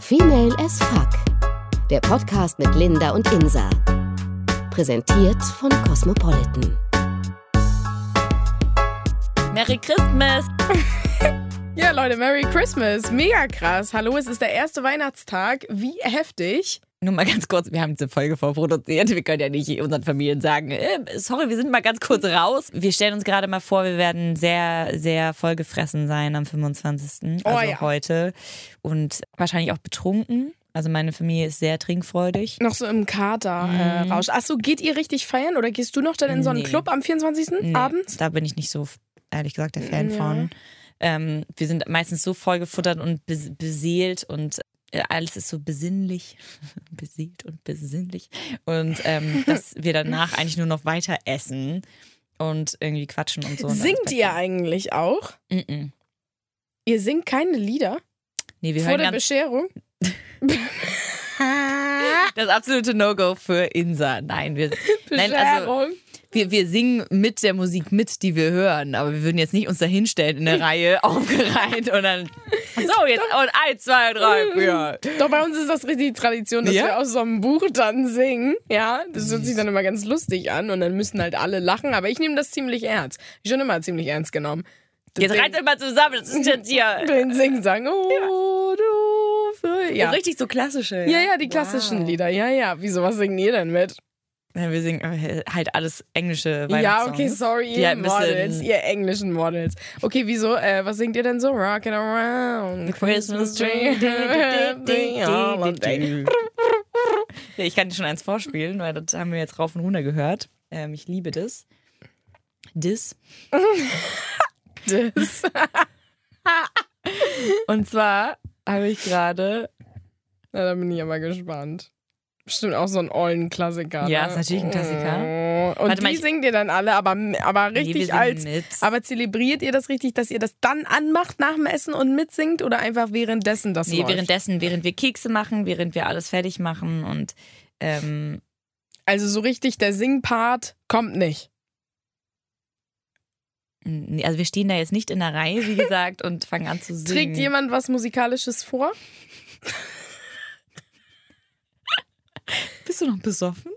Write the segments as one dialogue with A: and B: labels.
A: Female as Fuck. Der Podcast mit Linda und Insa. Präsentiert von Cosmopolitan.
B: Merry Christmas!
C: Ja, Leute, Merry Christmas. Mega krass. Hallo, es ist der erste Weihnachtstag. Wie heftig.
B: Nur mal ganz kurz, wir haben diese Folge vorproduziert. Wir können ja nicht unseren Familien sagen, äh, sorry, wir sind mal ganz kurz raus. Wir stellen uns gerade mal vor, wir werden sehr, sehr vollgefressen sein am 25. Also
C: Oh ja.
B: heute. Und wahrscheinlich auch betrunken. Also meine Familie ist sehr trinkfreudig.
C: Noch so im Katerrausch. Äh, Rausch. Ach so, geht ihr richtig feiern oder gehst du noch dann in so einen
B: Mhm. Nee.
C: Club am 24.
B: Nee, Oh,
C: abends?
B: Da bin ich nicht so, ehrlich gesagt, der Fan
C: Ja.
B: von. Ähm, wir sind meistens so vollgefuttert und bes- beseelt und äh, alles ist so besinnlich, beseelt und besinnlich. Und ähm, dass wir danach eigentlich nur noch weiter essen und irgendwie quatschen und so. und
C: Singt
B: alles
C: ihr eigentlich auch?
B: weg- Mm -mm.
C: Ihr singt keine Lieder
B: Nee, wir
C: vor
B: hören
C: der
B: ganz,
C: Bescherung?
B: das absolute No-Go für Insa. Nein, wir, nein, also wir, wir singen mit der Musik mit, die wir hören, aber wir würden jetzt nicht uns da hinstellen in der Reihe aufgereiht und dann so jetzt und eins, zwei, drei, vier.
C: Doch bei uns ist das richtig Tradition, dass
B: Ja?
C: wir aus so einem Buch dann singen. Ja, das hört sich dann immer ganz lustig an und dann müssen halt alle lachen. Aber ich nehme das ziemlich ernst. Ich schon immer ziemlich ernst genommen.
B: Jetzt
C: Deswegen-
B: reiht euch mal zusammen, das ist jetzt hier. Oh,
C: Den Sing sagen. Oh, du. Vögel. Ja.
B: Richtig so klassische.
C: ja, ja, die klassischen Lieder. Ja, ja. Wieso, was singen ihr denn mit?
B: Ja, wir singen äh, halt alles englische
C: Ja,
B: Weihnachtssongs.
C: okay, sorry,
B: Die
C: ihr
B: halt ein
C: Models,
B: bisschen
C: ihr englischen Models. Okay, wieso, äh, was singt ihr denn so? Rockin' around the
B: Christmas tree. Ja, ich kann dir schon eins vorspielen, weil das haben wir jetzt rauf und runter gehört. Ähm, ich liebe das. Das.
C: Das.
B: Und zwar habe ich gerade.
C: Na, da bin ich aber gespannt. Bestimmt auch so ein ollen Klassiker.
B: Ja,
C: ne?
B: ist natürlich ein Klassiker.
C: Oh, Und
B: Warte mal,
C: die
B: ich-
C: singt ihr dann alle, aber, aber
B: wir
C: richtig
B: singen
C: als.
B: mit.
C: Aber zelebriert ihr das richtig, dass ihr das dann anmacht nach dem Essen und mitsingt oder einfach währenddessen das
B: Nee,
C: läuft?
B: währenddessen, während wir Kekse machen, während wir alles fertig machen und. Ähm,
C: Also so richtig der Singpart kommt nicht.
B: nee, also wir stehen da jetzt nicht in der Reihe, wie gesagt, und fangen an zu singen.
C: Trägt jemand was Musikalisches vor?
B: Bist du noch besoffen?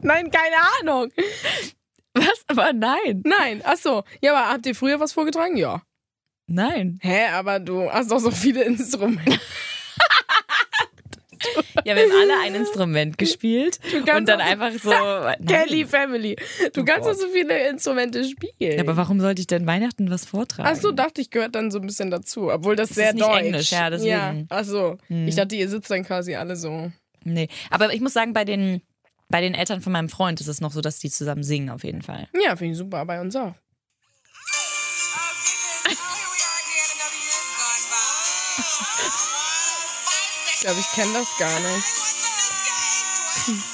C: Nein, keine Ahnung.
B: Was? Aber nein.
C: Nein, ach so. Ja, aber habt ihr früher was vorgetragen? Ja.
B: Nein.
C: Hä, aber du hast doch so viele Instrumente.
B: Ja, wir haben alle ein Instrument gespielt
C: kannst
B: und dann
C: auch-
B: einfach so. Nein.
C: Kelly Family. Du
B: Oh
C: kannst doch
B: Gott.
C: so viele Instrumente spielen.
B: Ja, aber warum sollte ich denn Weihnachten was vortragen?
C: Ach so, dachte ich, gehört dann so ein bisschen dazu, obwohl das
B: Es
C: sehr
B: ist nicht
C: deutsch.
B: Englisch, ja, deswegen.
C: ach so.
B: Hm.
C: Ich dachte, ihr sitzt dann quasi alle so.
B: Nee. Aber ich muss sagen, bei den, bei den Eltern von meinem Freund ist es noch so, dass die zusammen singen auf jeden Fall.
C: Ja, finde ich super, bei uns auch. Ich glaube, ich kenne das gar nicht.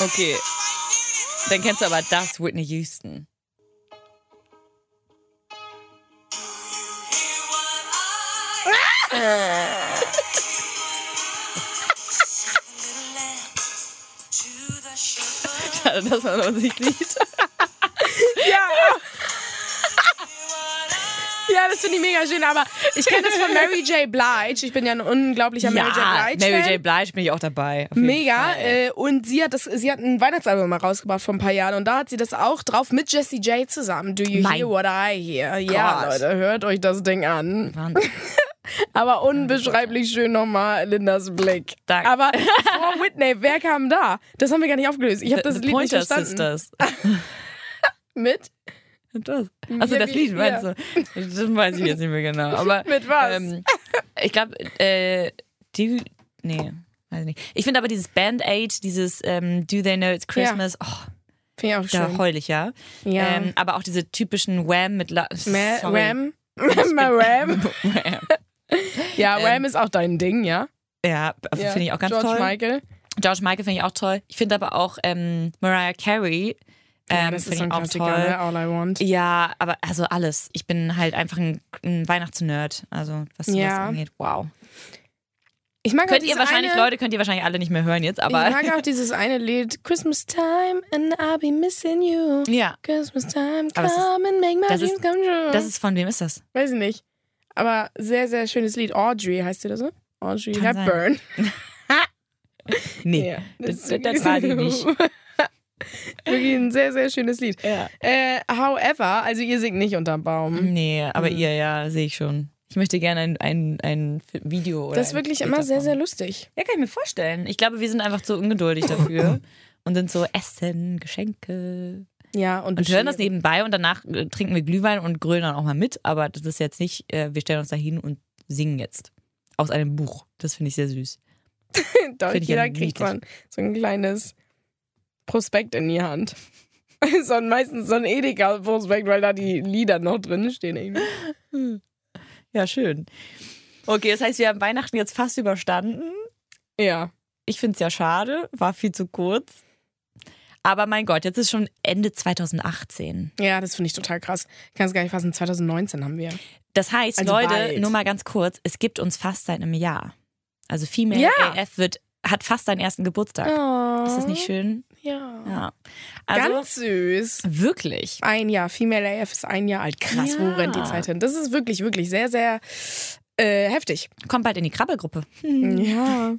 B: Okay. Dann kennst du aber das Whitney Houston. Schade, dass man uns nicht sieht.
C: Ja! Ja, das finde ich mega schön, aber ich kenne das von Mary J. Blige. Ich bin ja ein unglaublicher Mary J. Blige.
B: Mary J. Blige bin ich auch dabei. auf jeden
C: Mega.
B: Fall.
C: Äh, und sie hat das, sie hat ein Weihnachtsalbum mal rausgebracht vor ein paar Jahren und da hat sie das auch drauf mit Jessie J zusammen. Do you
B: Mein
C: hear what I hear? Ja,
B: Gott.
C: Leute, hört euch das Ding an.
B: Wahnsinn.
C: Aber unbeschreiblich schön nochmal Lindas Blick.
B: Danke.
C: Aber vor Whitney, wer kam da? Das haben wir gar nicht aufgelöst. Ich habe das
B: The
C: Lied nicht
B: Pointer
C: verstanden.
B: Sisters.
C: Mit?
B: Das. Also
C: Ja,
B: das
C: wie-
B: Lied,
C: ja.
B: meinst du? Das weiß ich jetzt nicht mehr genau. Aber,
C: Mit was?
B: Ähm, ich glaube, äh, do, nee, weiß ich nicht. Ich finde aber dieses Band-Aid, dieses ähm, Do They Know It's Christmas, oh,
C: Finde ich auch
B: da
C: schön.
B: heul ich ja.
C: Ja.
B: Ähm, aber auch diese typischen Wham mit La
C: Ma
B: sorry.
C: Ram? Ma Ram?
B: Wham.
C: Ja, Ram ist auch dein Ding, ja?
B: Ja, also
C: ja.
B: finde Ähm, ich auch ganz
C: George
B: toll. Ähm,
C: Michael.
B: George Michael finde ich auch toll. Ich finde aber auch ähm, Mariah Carey ähm,
C: das
B: finde
C: ist so ein
B: ich auch
C: Klassiker,
B: toll.
C: ne? All I Want.
B: Ja, aber also alles. Ich bin halt einfach ein, ein Weihnachtsnerd. Also was sowas
C: Ja.
B: angeht, wow.
C: Ich mag auch
B: Könnt ihr
C: dieses
B: wahrscheinlich,
C: eine,
B: Leute, könnt ihr wahrscheinlich alle nicht mehr hören jetzt, aber.
C: Ich mag auch dieses eine Lied, Christmas time and I'll be missing you.
B: ja.
C: Christmas time,
B: Aber es ist-
C: come and make my
B: das
C: dreams
B: ist-
C: come true.
B: Das ist von wem ist das?
C: Weiß ich nicht. Aber sehr, sehr schönes Lied. Audrey heißt sie oder so? Audrey
B: Kann sein.
C: Hepburn.
B: Nee,
C: Ja,
B: das,
C: ist
B: das war die
C: wirklich-
B: nicht.
C: Wirklich ein sehr, sehr schönes Lied.
B: Ja. Mhm.
C: Äh, however, also ihr singt nicht unterm Baum.
B: Nee, aber
C: Mhm.
B: ihr, ja, sehe ich schon. Ich möchte gerne ein, ein, ein Video oder
C: Das ist
B: ein
C: wirklich
B: Bild
C: immer sehr,
B: davon.
C: sehr lustig.
B: Ja, kann ich mir vorstellen. Ich glaube, wir sind einfach zu ungeduldig dafür und sind so Essen, Geschenke
C: Ja, und,
B: und hören das nebenbei und danach äh, trinken wir Glühwein und grillen dann auch mal mit. Aber das ist jetzt nicht, äh, wir stellen uns da hin und singen jetzt aus einem Buch. Das finde ich sehr süß.
C: Dolch,
B: Find ich
C: jeder
B: ja
C: kriegt
B: niedlich.
C: man so ein kleines Prospekt in die Hand. so ein, meistens so ein Edeka-Prospekt, weil da die Lieder noch drin stehen. Irgendwie.
B: Ja, schön. Okay, das heißt, wir haben Weihnachten jetzt fast überstanden.
C: Ja.
B: Ich finde es ja schade, war viel zu kurz. Aber mein Gott, jetzt ist schon Ende 2018.
C: Ja, das finde ich total krass. Ich kann es gar nicht fassen. 2019 haben wir.
B: Das heißt,
C: Also
B: Leute,
C: bald.
B: nur mal ganz kurz, es gibt uns fast seit einem Jahr. Also Female
C: Ja.
B: AF wird, hat fast seinen ersten Geburtstag.
C: Oh,
B: Ist das nicht schön?
C: Ja.
B: Ja. Also
C: Ganz süß.
B: wirklich.
C: Ein Jahr. Female AF ist ein Jahr alt. Krass, wo
B: Ja.
C: rennt die Zeit hin? Das ist wirklich, wirklich sehr, sehr äh, heftig.
B: Kommt bald in die Krabbelgruppe.
C: Mhm. Ja.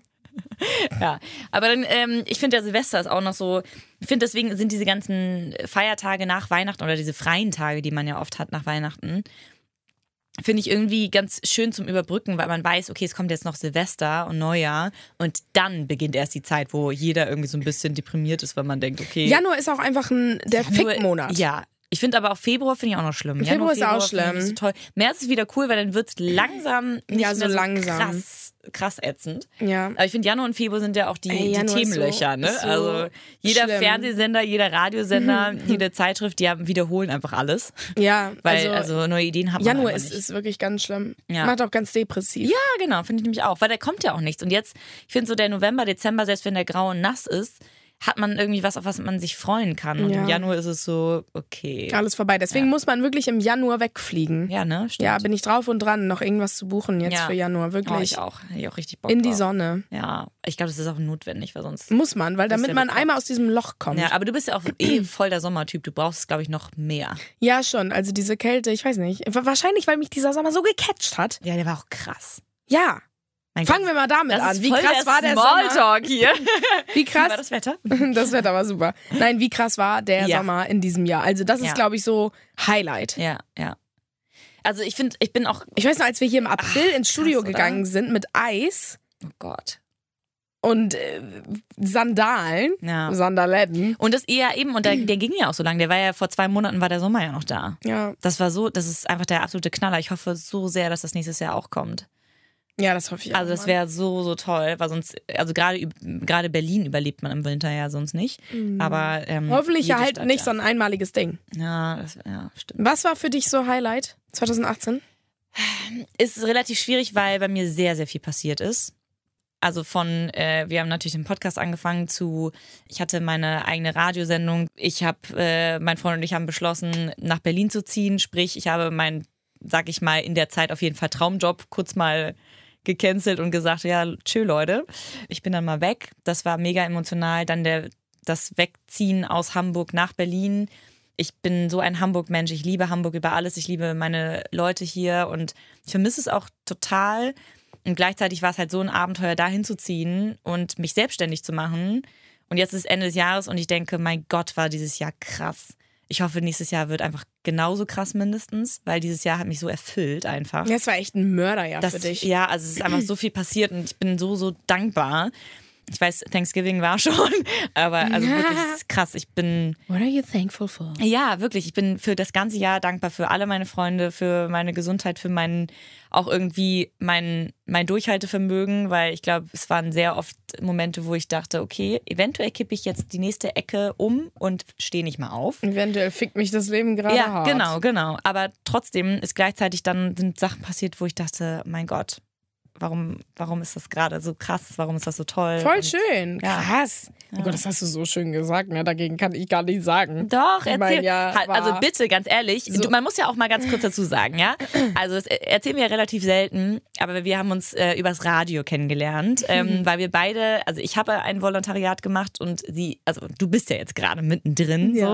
B: Ja, aber dann, ähm, ich finde, der Silvester ist auch noch so. Ich finde, deswegen sind diese ganzen Feiertage nach Weihnachten oder diese freien Tage, die man ja oft hat nach Weihnachten, finde ich irgendwie ganz schön zum Überbrücken, weil man weiß, okay, es kommt jetzt noch Silvester und Neujahr und dann beginnt erst die Zeit, wo jeder irgendwie so ein bisschen deprimiert ist, weil man denkt, okay.
C: Januar ist auch einfach ein, der
B: Nur-
C: Fickmonat.
B: Ja. Ich finde aber auch Februar finde ich auch noch schlimm.
C: Februar ist
B: finde
C: auch
B: ich
C: schlimm.
B: nicht So toll. März ist wieder cool, weil dann wird es langsam nicht
C: Ja, so
B: mehr so
C: langsam.
B: krass, krass ätzend.
C: Ja.
B: Aber ich finde, Januar und Februar sind ja auch die,
C: Ey,
B: die
C: Januar ist
B: Themenlöcher.
C: so-
B: ne?
C: ist so
B: also jeder
C: schlimm.
B: Fernsehsender, jeder Radiosender, jede Zeitschrift, die haben, wiederholen einfach alles.
C: Ja,
B: Weil
C: also,
B: also, neue Ideen haben
C: Januar
B: einfach
C: ist,
B: nicht.
C: ist wirklich ganz schlimm.
B: Ja.
C: Macht auch ganz depressiv.
B: Ja, genau, finde ich nämlich auch. Weil da kommt ja auch nichts. Und jetzt, ich finde so der November, Dezember, selbst wenn der grau und nass ist, hat man irgendwie was, auf was man sich freuen kann. Und
C: Ja.
B: im Januar ist es so, okay.
C: Alles vorbei. Deswegen muss man wirklich im Januar wegfliegen.
B: Ja, ne? Stimmt.
C: Ja, bin ich drauf und dran, noch irgendwas zu buchen jetzt
B: Ja.
C: für Januar.
B: oh,
C: Wirklich.
B: ich auch. Hätte ich auch richtig Bock
C: In die
B: drauf.
C: Sonne.
B: Ja, ich glaube, das ist auch notwendig, weil sonst.
C: Muss man, weil
B: Das ist
C: damit
B: ja
C: man
B: bekloppt.
C: einmal aus diesem Loch kommt.
B: Ja,
C: Ja.
B: aber du bist ja auch eh voll der Sommertyp. Du brauchst es, glaube ich, noch mehr.
C: schon. Also diese Kälte, ich weiß nicht. Wa- Wahrscheinlich, weil mich dieser Sommer so gecatcht hat.
B: Ja, der war auch krass.
C: Ja.
B: Mein
C: Fangen
B: Gott,
C: wir mal damit
B: das
C: an.
B: Ist
C: Wie
B: voll
C: krass
B: der
C: war der Sommer?
B: Smalltalk hier.
C: Wie
B: Wie war
C: krass.
B: das Wetter?
C: Das Wetter war super. Nein, wie krass war der
B: Ja.
C: Sommer in diesem Jahr? Also, das ist,
B: Ja.
C: glaube ich, so Highlight.
B: Ja, ja. Also ich finde, ich bin auch.
C: Ich weiß noch, als wir hier im April ins Studio
B: krass, oder?
C: gegangen sind mit Eis
B: Oh Gott.
C: und äh, Sandalen,
B: Ja.
C: Sandaletten.
B: Und das eher eben, und der, der ging ja auch so lang. Der war ja vor zwei Monaten war der Sommer ja noch da.
C: Ja.
B: Das war so, das ist einfach der absolute Knaller. Ich hoffe so sehr, dass das nächstes Jahr auch kommt.
C: ja, das hoffe ich auch.
B: Also das
C: Mann.
B: wäre so, so toll, weil sonst, also gerade üb- gerade Berlin überlebt man im Winter ja sonst nicht. Aber ähm,
C: Mhm. Hoffentlich
B: jede
C: ja halt
B: Stadt,
C: nicht so
B: ja.
C: ein einmaliges Ding.
B: Ja, das, ja, stimmt.
C: Was war für dich so Highlight 2018?
B: ist relativ schwierig, weil bei mir sehr, sehr viel passiert ist. Also von, äh, wir haben natürlich den Podcast angefangen zu, ich hatte meine eigene Radiosendung. Ich habe, äh, mein Freund und ich haben beschlossen, nach Berlin zu ziehen. Sprich, ich habe meinen, sag ich mal, in der Zeit auf jeden Fall Traumjob kurz mal gecancelt und gesagt, ja, tschö Leute, ich bin dann mal weg. Das war mega emotional. Dann der, das Wegziehen aus Hamburg nach Berlin. Ich bin so ein Hamburg-Mensch. Ich liebe Hamburg über alles. Ich liebe meine Leute hier und ich vermisse es auch total. Und gleichzeitig war es halt so ein Abenteuer, da hinzuziehen und mich selbstständig zu machen. Und jetzt ist Ende des Jahres und ich denke, mein Gott, war dieses Jahr krass. Ich hoffe, nächstes Jahr wird einfach genauso krass mindestens, weil dieses Jahr hat mich so erfüllt einfach.
C: Das war echt ein Mörderjahr
B: Das-
C: für dich.
B: Ja, also es ist einfach so viel passiert und ich bin so, so dankbar. Ich weiß, Thanksgiving war schon, aber also wirklich es ist krass. Ich bin,
C: What are you thankful for?
B: ja, wirklich, ich bin für das ganze Jahr dankbar für alle meine Freunde, für meine Gesundheit, für meinen, auch irgendwie mein, mein Durchhaltevermögen, weil ich glaube, es waren sehr oft Momente, wo ich dachte, okay, eventuell kippe ich jetzt die nächste Ecke um und stehe nicht mal auf.
C: Eventuell fickt mich das Leben gerade
B: Ja,
C: hart.
B: genau, genau. Aber trotzdem ist gleichzeitig dann sind Sachen passiert, wo ich dachte, mein Gott, warum, warum ist das gerade so krass? Warum ist das so toll?
C: Voll
B: Und
C: schön.
B: Ja.
C: Krass. Oh Gott, das hast du so schön gesagt, ne? Dagegen kann ich gar nichts sagen.
B: Doch,
C: Hm.
B: erzähl.
C: Ich mein, ja,
B: Ha- also
C: war-
B: bitte, ganz ehrlich,
C: So.
B: du, man muss ja auch mal ganz kurz dazu sagen, ja. Also das er- erzählen wir ja relativ selten, aber wir haben uns äh, übers Radio kennengelernt, ähm, weil wir beide, also ich habe ein Volontariat gemacht und sie, also du bist ja jetzt gerade mittendrin
C: Ja.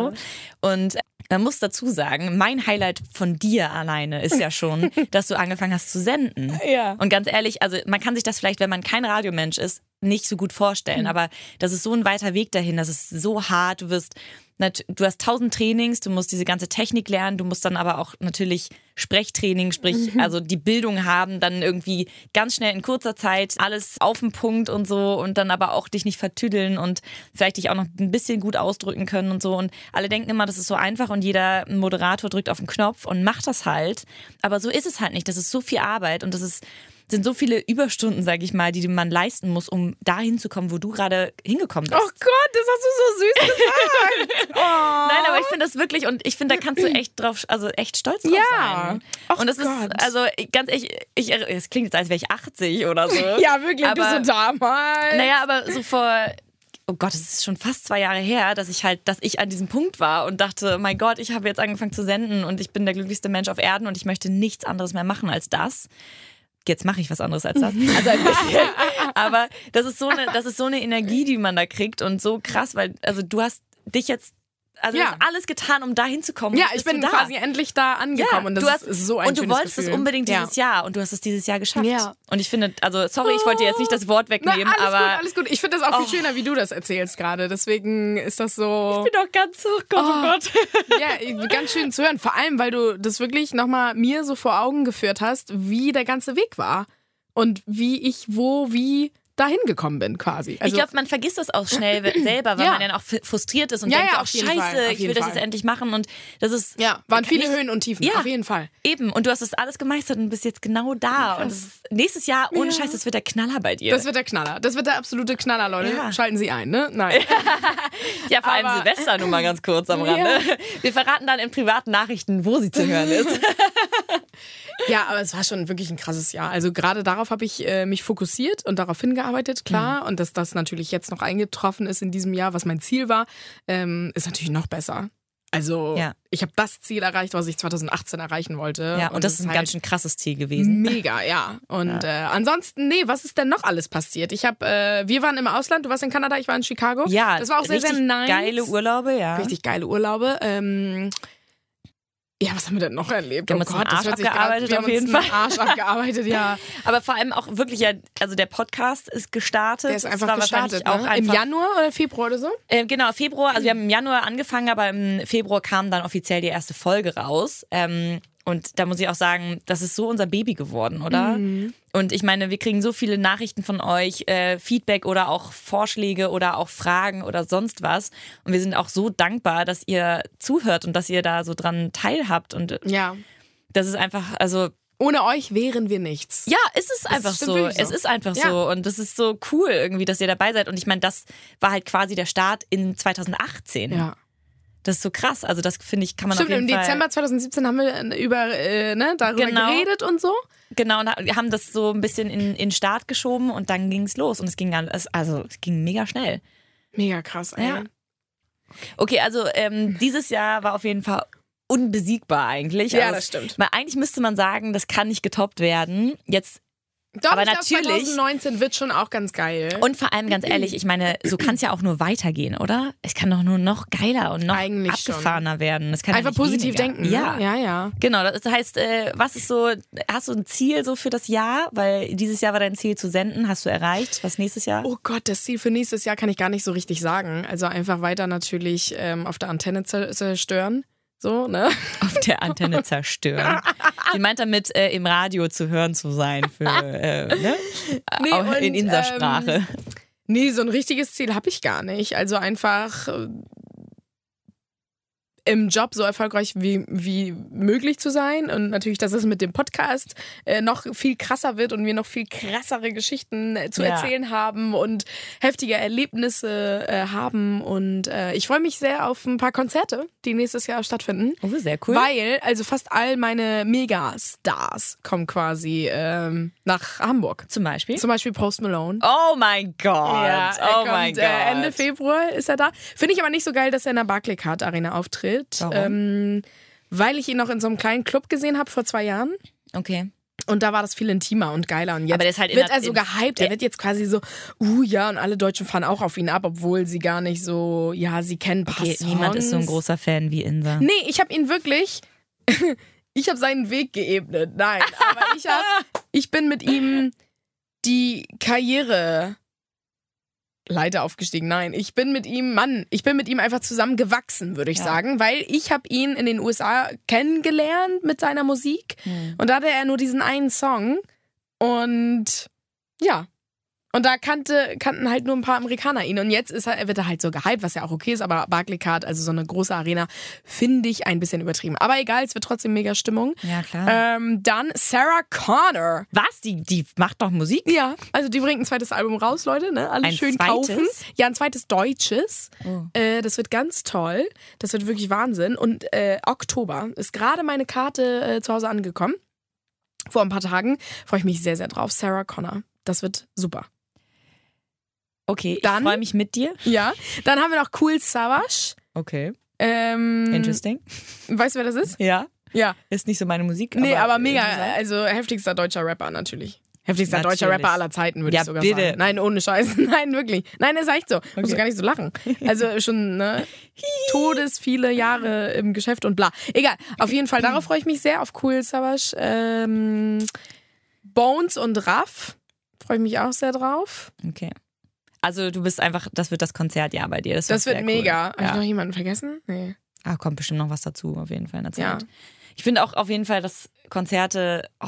B: so. Und äh, man muss dazu sagen, mein Highlight von dir alleine ist ja schon, dass du angefangen hast zu senden.
C: Ja.
B: Und ganz ehrlich, also man kann sich das vielleicht, wenn man kein Radiomensch ist, nicht so gut vorstellen. Aber das ist so ein weiter Weg dahin. Das ist so hart. Du wirst, nat- du hast tausend Trainings, du musst diese ganze Technik lernen, du musst dann aber auch natürlich Sprechtraining, sprich, also die Bildung haben, dann irgendwie ganz schnell in kurzer Zeit alles auf den Punkt und so und dann aber auch dich nicht vertüdeln und vielleicht dich auch noch ein bisschen gut ausdrücken können und so. Und alle denken immer, das ist so einfach und jeder Moderator drückt auf den Knopf und macht das halt. Aber so ist es halt nicht. Das ist so viel Arbeit und das ist sind so viele Überstunden, sag ich mal, die man leisten muss, um dahin zu kommen, wo du gerade hingekommen bist.
C: Oh Gott, das hast du so süß gesagt. oh.
B: Nein, aber ich finde das wirklich und ich finde, da kannst du echt drauf, also echt stolz drauf
C: Ja.
B: sein.
C: Och
B: und das
C: Gott.
B: ist, also ganz ehrlich, ich, es klingt jetzt, als wäre ich 80 oder so.
C: Ja, wirklich,
B: aber,
C: bist du damals.
B: Naja, aber so vor, oh Gott, es ist schon fast zwei Jahre her, dass ich halt, dass ich an diesem Punkt war und dachte, mein Gott, ich habe jetzt angefangen zu senden und ich bin der glücklichste Mensch auf Erden und ich möchte nichts anderes mehr machen als das. Jetzt mache ich was anderes als das. Also ein bisschen. Aber das ist so eine, das ist so eine Energie, die man da kriegt und so krass, weil, also du hast dich jetzt, also
C: Ja.
B: du hast alles getan, um da hinzukommen.
C: ja,
B: Jetzt
C: ich
B: bist
C: bin
B: du da.
C: quasi endlich da angekommen und das
B: du hast,
C: ist so ein
B: Und du
C: schönes
B: wolltest
C: Gefühl.
B: es unbedingt dieses Jahr und du hast es dieses Jahr geschafft.
C: Ja.
B: Und ich finde, also sorry, ich wollte dir jetzt nicht das Wort
C: Na,
B: wegnehmen,
C: alles
B: aber Oh.
C: gut, alles gut. Ich finde das auch viel schöner, wie du das erzählst gerade. Deswegen ist das so
B: bin doch ganz hoch, Gott, oh, Gott.
C: ja, ganz schön zu hören. Vor allem, weil du das wirklich nochmal mir so vor Augen geführt hast, wie der ganze Weg war und wie ich wo, wie dahin gekommen bin quasi. Also,
B: ich glaube, man vergisst das auch schnell we- selber, weil
C: Ja.
B: man dann auch f- frustriert ist und
C: Ja,
B: denkt,
C: ja,
B: ach
C: auf jeden
B: scheiße,
C: Fall,
B: ich
C: auf
B: will
C: jeden
B: das
C: Fall.
B: jetzt endlich machen. Und das ist
C: ja, waren viele
B: ich-
C: Höhen und Tiefen,
B: Ja.
C: auf jeden Fall.
B: eben. Und du hast das alles gemeistert und bist jetzt genau da. Und das ist, nächstes Jahr, ohne Scheiß, das wird der Knaller bei dir.
C: Das wird der Knaller. Das wird der absolute Knaller, Leute.
B: Ja.
C: Schalten Sie ein, ne? Nein.
B: ja, vor allem
C: aber-
B: Silvester nur mal ganz kurz am Rande. Wir verraten dann in privaten Nachrichten, wo sie zu hören ist.
C: Ja, aber es war schon wirklich ein krasses Jahr. Also gerade darauf habe ich äh, mich fokussiert und darauf hingearbeitet,
B: Mhm.
C: klar. Und dass das natürlich jetzt noch eingetroffen ist in diesem Jahr, was mein Ziel war, ähm, ist natürlich noch besser. Also
B: Ja.
C: ich habe das Ziel erreicht, was ich 2018 erreichen wollte.
B: Ja, und, das
C: es
B: ist ein
C: halt Mhm.
B: ganz schön krasses Ziel gewesen.
C: Mega, ja. Und Äh, ansonsten, nee, was ist denn noch alles passiert? Ich habe, äh, wir waren im Ausland, du warst in Kanada, ich war in Chicago.
B: Ja,
C: das war auch sehr,
B: richtig
C: sehr nice.
B: geile Urlaube, ja.
C: Richtig geile Urlaube. Ähm, ja, was haben wir denn noch erlebt? Oh
B: Wir haben uns den Arsch
C: das hört sich grad-
B: abgearbeitet
C: wir
B: auf
C: haben
B: jeden
C: uns einen Arsch abgearbeitet, ja.
B: Aber vor allem auch wirklich, ja, also der Podcast ist gestartet.
C: Der ist
B: Es
C: einfach
B: war
C: gestartet.
B: wahrscheinlich
C: Ne?
B: Auch
C: Im
B: einfach
C: Januar oder Februar oder so?
B: Ähm, genau, Februar. Also wir
C: Mhm.
B: haben im Januar angefangen, aber im Februar kam dann offiziell die erste Folge raus. Ähm, und da muss ich auch sagen, das ist so unser Baby geworden, oder?
C: Mhm.
B: Und ich meine, wir kriegen so viele Nachrichten von euch, äh, Feedback oder auch Vorschläge oder auch Fragen oder sonst was. Und wir sind auch so dankbar, dass ihr zuhört und dass ihr da so dran teilhabt. Und
C: Ja.
B: das ist einfach, also
C: Ohne euch wären wir nichts.
B: ja, es ist einfach
C: stimmt
B: so.
C: wirklich so.
B: Es ist einfach
C: Ja.
B: so. Und das ist so cool irgendwie, dass ihr dabei seid. Und ich meine, das war halt quasi der Start in 2018.
C: Ja.
B: Das ist so krass. Also das finde ich, kann man
C: Stimmt,
B: auf
C: im
B: jeden Fall...
C: Dezember 2017 haben wir äh, über, äh, ne, darüber
B: Genau.
C: geredet und so.
B: Genau, und ha- haben das so ein bisschen in, in Start geschoben und dann ging es los. Und es ging alles, also es ging mega schnell.
C: Mega krass, ey.
B: Ja. Okay, also ähm, dieses Jahr war auf jeden Fall unbesiegbar eigentlich.
C: Ja,
B: Also
C: das
B: es-
C: stimmt.
B: Weil eigentlich müsste man sagen, das kann nicht getoppt werden. Jetzt
C: Doch,
B: Aber
C: ich glaub,
B: natürlich-
C: 2019 wird schon auch ganz geil.
B: und vor allem ganz ehrlich, ich meine, so kann es ja auch nur weitergehen, oder? Es kann doch nur noch geiler und noch
C: Eigentlich schon.
B: abgefahrener werden. Es kann ja
C: Einfach
B: nicht
C: positiv
B: weniger.
C: denken. ne?
B: Ja,
C: ja, ja.
B: Genau, das heißt, äh, was ist so, hast du ein Ziel so für das Jahr? Weil dieses Jahr war dein Ziel zu senden, hast du erreicht. Was nächstes Jahr?
C: Oh Gott, das Ziel für nächstes Jahr kann ich gar nicht so richtig sagen. Also einfach weiter natürlich ähm, auf der Antenne zer- zerstören. So, ne?
B: Auf der Antenne zerstören. Sie meint damit, äh, im Radio zu hören zu sein für, äh, ne?
C: Nee,
B: Auch in
C: und, ähm,
B: Insersprache.
C: Nee, so ein richtiges Ziel habe ich gar nicht. Also einfach äh, im Job so erfolgreich wie, wie möglich zu sein. Und natürlich, dass es mit dem Podcast äh, noch viel krasser wird und wir noch viel krassere Geschichten äh, zu
B: Ja.
C: erzählen haben und heftige Erlebnisse äh, haben. Und äh, ich freue mich sehr auf ein paar Konzerte, die nächstes Jahr stattfinden.
B: Oh, sehr cool.
C: Weil, also fast all meine Megastars kommen quasi ähm, nach Hamburg.
B: Zum Beispiel.
C: Zum Beispiel Post Malone.
B: oh mein Gott.
C: Ja, er
B: oh
C: kommt,
B: mein Gott.
C: Äh, Ende Februar ist er da. Finde ich aber nicht so geil, dass er in der Barclaycard Arena auftritt.
B: Warum?
C: Ähm, weil ich ihn noch in so einem kleinen Club gesehen habe vor zwei Jahren.
B: Okay.
C: Und da war das viel intimer und geiler. Und jetzt
B: Aber der ist halt in
C: wird
B: der-
C: er so
B: in-
C: gehypt. Er wird jetzt quasi so, uh ja, und alle Deutschen fahren auch auf ihn ab, obwohl sie gar nicht so, ja, sie kennen ein paar
B: okay
C: Songs.
B: niemand ist so ein großer Fan wie Insa.
C: Nee, ich habe ihn wirklich. ich habe seinen Weg geebnet. Nein, aber ich, hab, ich bin mit ihm die Karriere. Leiter aufgestiegen. Nein, ich bin mit ihm, Mann, ich bin mit ihm einfach zusammen gewachsen, würde ich
B: Ja.
C: sagen, weil ich habe ihn in den USA kennengelernt mit seiner Musik
B: Hm.
C: und da hatte er nur diesen einen Song und ja. Und da kannte, kannten halt nur ein paar Amerikaner ihn. Und jetzt ist er, wird er halt so gehypt, was ja auch okay ist, aber Barclaycard, also so eine große Arena, finde ich ein bisschen übertrieben. Aber egal, es wird trotzdem mega Stimmung.
B: Ja, klar.
C: Ähm, dann Sarah Connor.
B: Was? Die, die macht doch Musik?
C: Ja, also die bringt ein zweites Album raus, Leute, ne? Alle
B: Ein
C: schön
B: zweites?
C: kaufen. Ja, ein zweites deutsches.
B: Oh.
C: Äh, das wird ganz toll. Das wird wirklich Wahnsinn. Und äh, Oktober ist gerade meine Karte äh, zu Hause angekommen. Vor ein paar Tagen freue ich mich sehr, sehr drauf. Sarah Connor. Das wird super.
B: Okay, ich
C: Dann-
B: freue mich mit dir.
C: Ja. Dann haben wir noch Cool Savage.
B: Okay.
C: Ähm,
B: Interesting.
C: Weißt du, wer das ist?
B: Ja.
C: Ja.
B: Ist nicht so meine Musik.
C: Nee, aber,
B: äh,
C: mega.
B: interessant.
C: Also heftigster deutscher Rapper natürlich. Heftigster deutscher
B: Natürlich.
C: Rapper aller Zeiten, würde
B: Ja,
C: ich sogar
B: bitte.
C: sagen. Nein, ohne Scheiß. Nein, wirklich. Nein, ist echt so. Musst du
B: Okay.
C: gar nicht so lachen. Also schon, ne? Todes viele Jahre im Geschäft und bla. Egal. Auf jeden Fall, darauf freue ich mich sehr. Auf Cool Savage. Ähm, Bones und Raff. Freue ich mich auch sehr drauf.
B: Okay. Also du bist einfach, das wird das Konzert ja bei dir. Das,
C: Das
B: wird
C: wird
B: sehr
C: mega.
B: Cool.
C: Habe ich
B: Ja.
C: noch jemanden vergessen? Nee.
B: Ah, kommt bestimmt noch was dazu, auf jeden Fall in der
C: Ja.
B: Zeit. Ich finde auch auf jeden Fall, dass Konzerte, oh,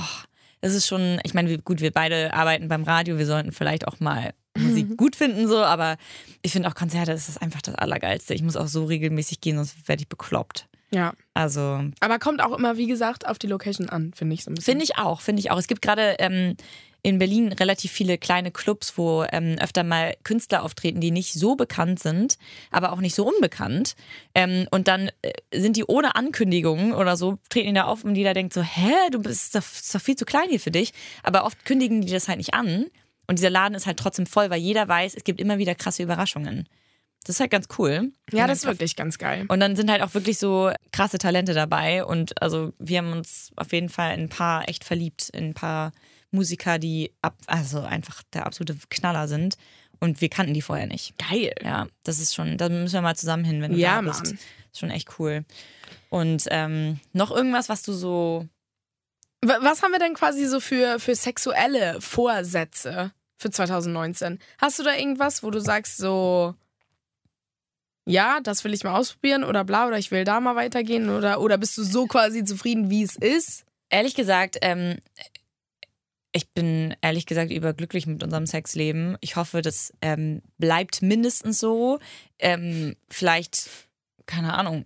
B: es ist schon, ich meine, wir, gut, wir beide arbeiten beim Radio, wir sollten vielleicht auch mal Musik gut finden, so, aber ich finde auch Konzerte ist das einfach das Allergeilste. Ich muss auch so regelmäßig gehen, sonst werde ich bekloppt.
C: Ja.
B: Also,
C: Aber kommt auch immer, wie gesagt, auf die Location an, finde ich so ein bisschen.
B: Finde ich auch, finde ich auch. Es gibt gerade ähm, in Berlin relativ viele kleine Clubs, wo ähm, öfter mal Künstler auftreten, die nicht so bekannt sind, aber auch nicht so unbekannt. Ähm, und dann äh, sind die ohne Ankündigung oder so, treten die da auf und jeder denkt so, hä, du bist doch, ist doch viel zu klein hier für dich. Aber oft kündigen die das halt nicht an. Und dieser Laden ist halt trotzdem voll, weil jeder weiß, es gibt immer wieder krasse Überraschungen. Das ist halt ganz cool.
C: Ja, das ist wirklich ganz geil.
B: Und dann sind halt auch wirklich so krasse Talente dabei. Und also wir haben uns auf jeden Fall in ein paar echt verliebt, in ein paar Musiker, die ab, also einfach der absolute Knaller sind. Und wir kannten die vorher nicht.
C: Geil.
B: Ja, das ist schon, da müssen wir mal zusammen hin, wenn du
C: Ja,
B: da bist.
C: Mann.
B: Ist schon echt cool. Und ähm, noch irgendwas, was du so.
C: Wa- Was haben wir denn quasi so für, für sexuelle Vorsätze für 2019? Hast du da irgendwas, wo du sagst so, ja, das will ich mal ausprobieren oder bla oder ich will da mal weitergehen oder, oder bist du so quasi zufrieden, wie es ist?
B: Ehrlich gesagt, ähm, ich bin ehrlich gesagt überglücklich mit unserem Sexleben. Ich hoffe, das ähm, bleibt mindestens so. Ähm, vielleicht, keine Ahnung,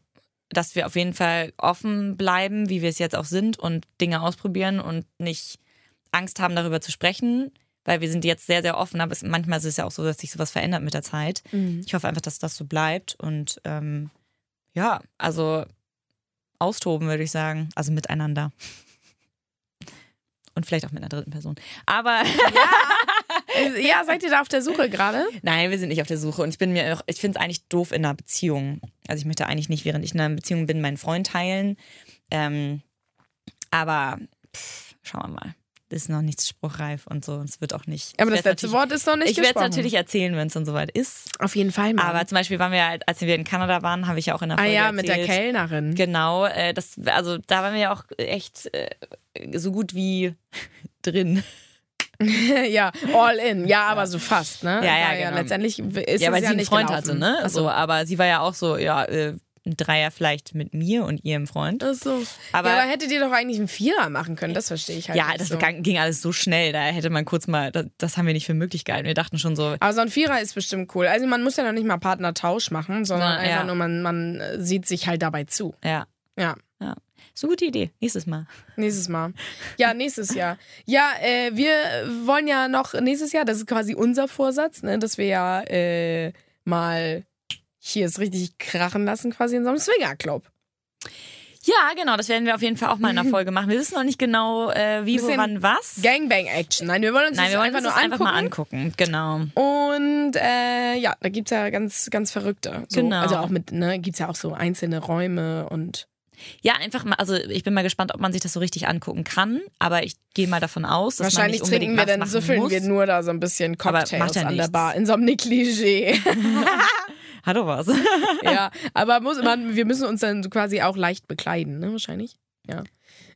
B: dass wir auf jeden Fall offen bleiben, wie wir es jetzt auch sind und Dinge ausprobieren und nicht Angst haben, darüber zu sprechen, weil wir sind jetzt sehr, sehr offen, aber es, manchmal ist es ja auch so, dass sich sowas verändert mit der Zeit. Ich hoffe einfach, dass das so bleibt und ähm, ja, also austoben, würde ich sagen. Also miteinander. Und vielleicht auch mit einer dritten Person. Aber
C: Äh, Ja, seid ihr da auf der Suche gerade?
B: nein, wir sind nicht auf der Suche. Und ich bin mir auch, ich finde es eigentlich doof in einer Beziehung. Also ich möchte eigentlich nicht, während ich in einer Beziehung bin, meinen Freund teilen. Ähm, aber pff, schauen wir mal. Das ist noch nichts spruchreif und so. Und es wird auch nicht.
C: Aber
B: ich
C: das
B: werd's
C: letzte
B: natürlich-
C: Wort ist noch nicht
B: Ich werde es
C: gesprochen.
B: natürlich erzählen, wenn es dann soweit ist.
C: auf jeden Fall mal.
B: Aber zum Beispiel waren wir, ja, als wir in Kanada waren, habe ich ja auch in der
C: ah
B: Folge
C: ja,
B: erzählt,
C: mit der Kellnerin.
B: Genau, äh, das, also da waren wir ja auch echt äh, so gut wie drin.
C: ja, all in. Ja, aber so fast, ne?
B: Ja, ja,
C: War
B: genau.
C: letztendlich ist es
B: ja, weil sie
C: ja
B: einen
C: nicht
B: Freund
C: gelaufen.
B: hatte, ne?
C: Ach so.
B: So, aber sie war ja auch so, ja, äh, ein Dreier vielleicht mit mir und ihrem Freund.
C: Ach so.
B: Aber-
C: Aber, ja, aber hättet ihr doch eigentlich einen Vierer machen können, das verstehe ich halt.
B: Ja,
C: nicht
B: das
C: so.
B: ging ging alles so schnell, da hätte man kurz mal, das, das haben wir nicht für möglich gehalten. Wir dachten schon so,
C: Aber so ein Vierer ist bestimmt cool. Also man muss ja noch nicht mal Partnertausch machen, sondern
B: Na, ja.
C: einfach nur, man, man äh, sieht sich halt dabei zu.
B: ja,
C: Ja.
B: ja. Ist eine gute Idee, nächstes Mal.
C: Nächstes Mal. Ja, nächstes Jahr. Ja, äh, wir wollen ja noch nächstes Jahr, das ist quasi unser Vorsatz, ne, dass wir ja äh, mal hier es richtig krachen lassen, quasi in so einem Swingerclub.
B: Ja, genau, das werden wir auf jeden Fall auch mal in einer Folge machen. Wir wissen noch nicht genau, äh, wie, wo,
C: Bisschen
B: wann, was.
C: Gangbang-Action. Nein, wir wollen uns
B: Nein, wir
C: das
B: wollen
C: einfach
B: uns
C: nur
B: das einfach mal angucken. Genau.
C: Und äh, ja, da gibt es ja ganz, ganz Verrückte. So.
B: Genau.
C: Also auch mit, ne, gibt es ja auch so einzelne Räume und
B: Ja, einfach mal, also ich bin mal gespannt, ob man sich das so richtig angucken kann, aber ich gehe mal davon aus, dass
C: wahrscheinlich
B: man nicht unbedingt
C: trinken wir
B: was
C: dann,
B: machen
C: süffeln
B: muss.
C: wir nur da so ein bisschen
B: Aber macht
C: Cocktails
B: ja
C: an der
B: nichts.
C: Bar, in so einem Negligé.
B: Hat doch was.
C: ja, aber muss, man, wir müssen uns dann quasi auch leicht bekleiden, ne, wahrscheinlich.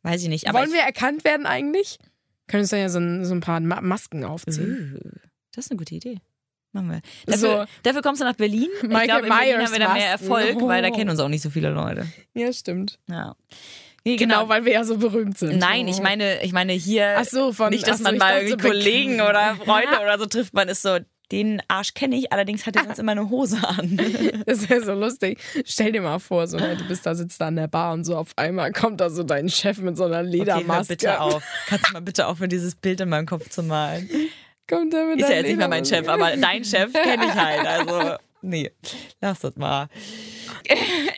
B: Weiß ich nicht, aber
C: Wollen wir erkannt werden eigentlich? Können uns dann ja so ein, so ein paar Ma Masken
B: ich,
C: aufziehen.
B: Uh, das ist eine gute Idee. Machen wir. Dafür,
C: So.
B: dafür kommst du nach Berlin. Ich
C: Michael
B: glaube, in Berlin
C: Myers
B: haben wir da mehr
C: Masken.
B: Erfolg, weil da
C: Oh.
B: kennen uns auch nicht so viele Leute.
C: Ja, stimmt.
B: Ja. Nee,
C: Genau,
B: Mhm. genau.
C: weil wir ja so berühmt sind. Oh.
B: Nein, ich meine, ich meine hier
C: Ach so, von
B: nicht, dass
C: ach so,
B: man
C: ich
B: mal
C: dachte,
B: irgendwie
C: so
B: Kollegen oder Freunde oder so trifft. Man ist so, den Arsch kenne ich, allerdings hat er sonst immer eine Hose an.
C: Das wäre so lustig. Stell dir mal vor, so, ne, du bist da, sitzt da an der Bar und so auf einmal kommt da so dein Chef mit so einer
B: Okay, hör
C: Ledermaske.
B: bitte auf. Kannst du mal bitte aufhören, dieses Bild in meinem Kopf zu malen?
C: Kommt der mit
B: Ist ja
C: der
B: jetzt nicht mehr mein Chef,
C: Ledermaske.
B: aber dein Chef kenne ich halt. Also, nee, lass das mal.